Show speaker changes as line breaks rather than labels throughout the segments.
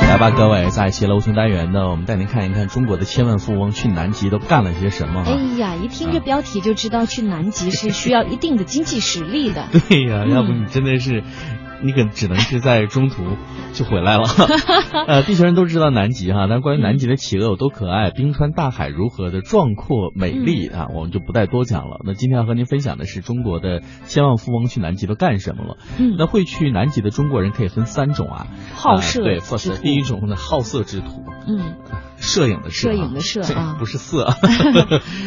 来吧，各位，在一期楼群单元呢，我们带您看一看中国的千万富翁去南极都干了些什么。。
哎呀，一听这标题就知道去南极是需要一定的经济实力的
对哎
嗯
呀、要不你真的是，你可只能是在中途就回 来了。呃，地球人都知道南极哈，但关于南极的企鹅有多可爱，冰川大海如何的壮阔美丽啊，
嗯
我们就不再多讲了。那今天要和您分享的是中国的千万富翁去南极都干什么了。
嗯，
那会去南极的中国人可以分三种啊，
好
呃
色
对，
之徒
第一种呢好色之徒，
嗯，
摄影的摄啊，
摄影的摄
这
啊
不是色，啊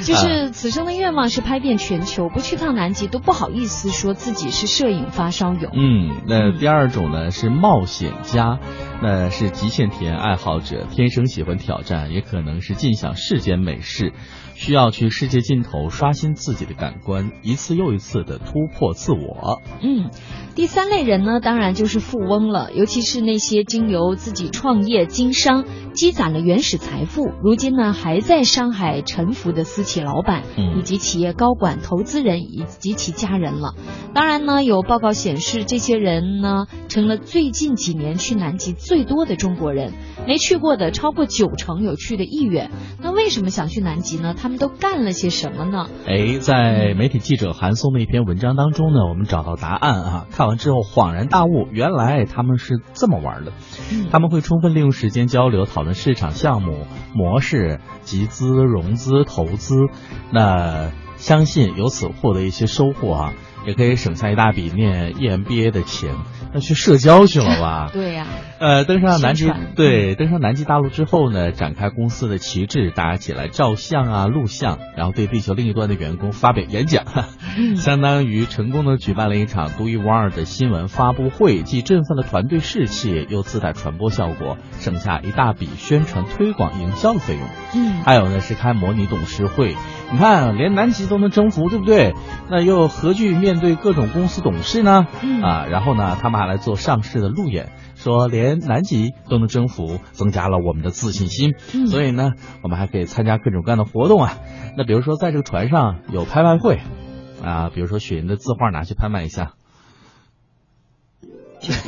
就是此生的愿望是拍遍全球，不去趟南极都不好意思说自己是摄影发烧友。
嗯，那第二种呢是冒险家，那是极限体验爱好者，天生喜欢挑战，也可能是尽享世间美事，需要去世界尽头刷新自己的感官，一次又一次的突破自我。
嗯，第三类人呢，当然就是富翁了，尤其是那些经由自己创业经商积攒了原始财富，如今呢还在上海沉浮的私企老板，
嗯
以及企业高管、投资人以及其家人了。当然呢，有报告显示，这些人呢成了最近几年去南极最多的中国人，没去过的超过九成有去的意愿。那为什么想去南极呢？他们都干了些什么呢？
哎，在媒体记者韩松的一篇文章当中呢，我们找到答案啊！看完之后恍然大悟，原来他们是这么玩的。
嗯
他们会充分利用时间交流，讨论市场项目模式、集资、融资、投资。那相信由此获得一些收获啊，也可以省下一大笔念，E EMBA 的钱。那去社交去了吧？
对呀、
呃，登上南极
宣传，嗯
对，登上南极大陆之后呢，展开公司的旗帜，大家起来照相啊、录像，然后对地球另一端的员工发表演讲，
嗯
相当于成功的举办了一场独一无二的新闻发布会，既振奋了团队士气，又自带传播效果，省下一大笔宣传推广营销的费用。
嗯。
还有呢是开模拟董事会，你看连南极都能征服，对不对？那又何惧面对各种公司董事呢？
嗯
啊，然后呢，他们还来做上市的路演，说连南极都能征服，增加了我们的自信心。
嗯
所以呢，我们还可以参加各种各样的活动啊。那比如说，在这个船上有拍卖会，啊，比如说雪人的字画拿去拍卖一下，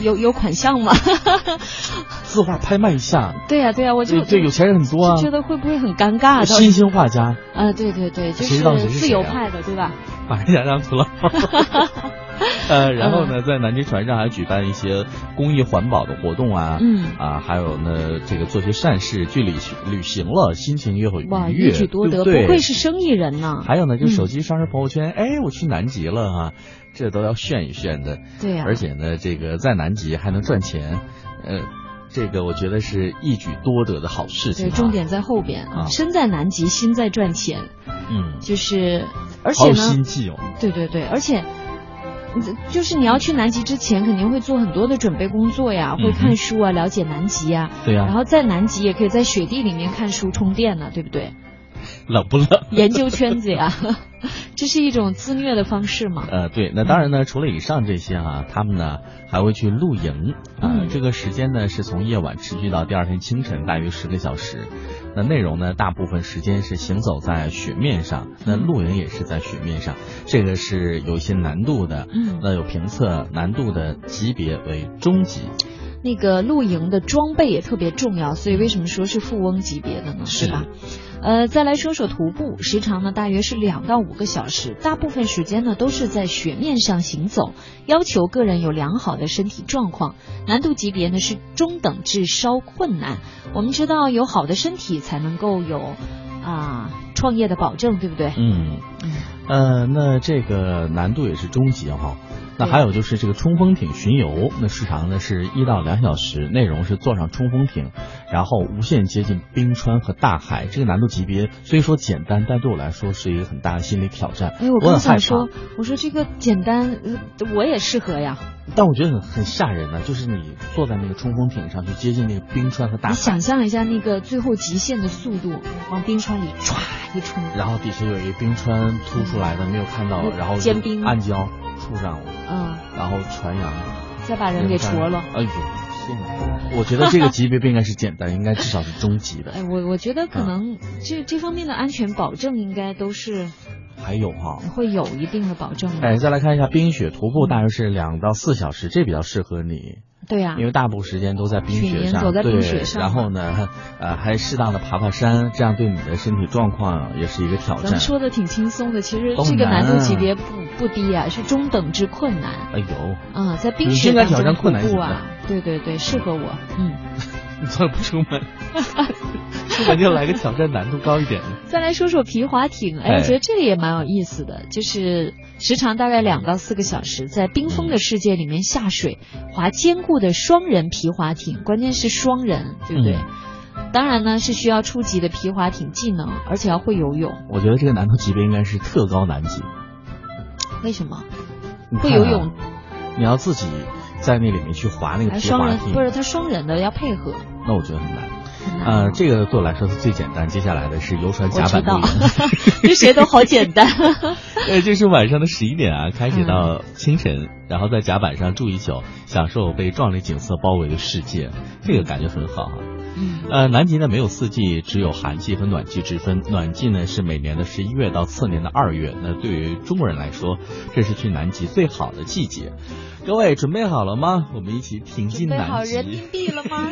有有款项吗？
字画拍卖一下，
对呀、对呀、我就
对对，有钱人很多啊呃
就。觉得会不会很尴尬？到
新兴画家
啊，对对对，就
谁知道谁是
自
谁
由
啊
派的，对吧？
把人家当 土佬。呃，然后呢，在南极船上还举办一些公益环保的活动啊，
嗯
啊，还有呢，这个做些善事，去旅行旅行了，心情也会
哇，
愉
一
悦，
举多
对
得，
不对？啊
不愧是生意人呐！
还有呢，就
嗯
手机上传朋友圈，哎，我去南极了啊，这都要炫一炫的。
对啊呀、
而且呢，这个在南极还能赚钱，呃，这个我觉得是一举多得的好事情、
对，
啊。
重，点在后边
啊
身在南极，心在赚钱，
嗯，
就是而
好
且
有
呢
心，计哦。
对对对，而且。嗯就是你要去南极之前，肯定会做很多的准备工作呀，会
嗯哼啊
看书啊，了解南极呀，
对呀、
然后在南极也可以在雪地里面看书充电呢，对不对？
冷不冷？
研究圈子呀， 这是一种自虐的方式嘛？
呃，对，那当然呢，除了以上这些啊，他们呢还会去露营啊、
嗯
这个时间呢是从夜晚持续到第二天清晨，大约十个小时。那内容呢，大部分时间是行走在雪面上，那露营也是在雪面上，这个是有一些难度的。
嗯，
那有评测难度的级别为中级，
那个露营的装备也特别重要，所以为什么说是富翁级别的呢？
是
对吧？呃，再来说说徒步，时长呢大约是两到五个小时，大部分时间呢都是在雪面上行走，要求个人有良好的身体状况，难度级别呢是中等至稍困难。我们知道有好的身体才能够有啊、创业的保证，对不对？
嗯，
嗯
呃，那这个难度也是中级哈、那
对
还有就是这个冲锋艇巡游，那时长呢是一到两小时，内容是坐上冲锋艇，然后无限接近冰川和大海。这个难度级别虽说简单，但对我来说是一个很大的心理挑战。
哎，
很
我刚
害
想
怕
说，，我说这个简单，呃我也适合呀。
但我觉得很很吓人呢、就是你坐在那个冲锋艇上去接近那个冰川和大
你
海，
想象一下那个最后极限的速度，往冰川里歘一冲，
然后底下有一个冰川凸出来的没有看到，然后就
坚冰
暗礁触上了，
嗯，
然后传扬。
再把人给戳了。
哎呦，天哪！我觉得这个级别不应该是简单，应该至少是中级的。
哎，我我觉得
嗯
可能这这方面的安全保证应该都是
还有哈、哎
会有一定的保证的。
哎，再来看一下冰雪徒步，大约是两到四小时，这比较适合你
对呀、
因为大部分时间都在冰
雪
雪
营
上，
走在冰
对
雪上
然后呢，呃，还适当的爬爬山，这样对你的身体状况也是一个挑
咱
战
们。说的挺轻松的，其实
都
这个难度
难啊
级别不不低啊，是中等至困难。
哎呦，
啊、在冰
你
雪
应该
当中
挑战
徒
困难
步
型
啊，对对对，适合我，嗯。
你怎么不出门？ 出门就来个挑战难度高一点的。
再来说说皮划艇，哎，
哎
我觉得这个也蛮有意思的，就是时长大概两到四个小时，在冰封的世界里面下水，划坚固的双人皮划艇，关键是双人，对不对？
嗯
当然呢，是需要初级的皮划艇技能，而且要会游泳。
我觉得这个难度级别应该是特高难级。
为什么？
你
会
看啊
游泳，
你要自己在那里面去划那个
还
嗯皮
双
划
人
艇
不，是它双人的要配合。
那我觉得很难。
很难
呃，这个对我来说是最简单。接下来的是游船甲板露
嗯我知
营，
这谁都好 简单。
呃，这是晚上的十一点啊，开始
嗯
到清晨，然后在甲板上住一宿，享受被壮丽景色包围的世界，这个感觉很好啊。
嗯
呃，南极呢没有四季，只有寒季和暖季之分。暖季呢是每年的十一月到次年的二月。那对于中国人来说，这是去南极最好的季节。各位准备好了吗？我们一起挺进
准备好
南极。
人民币了吗？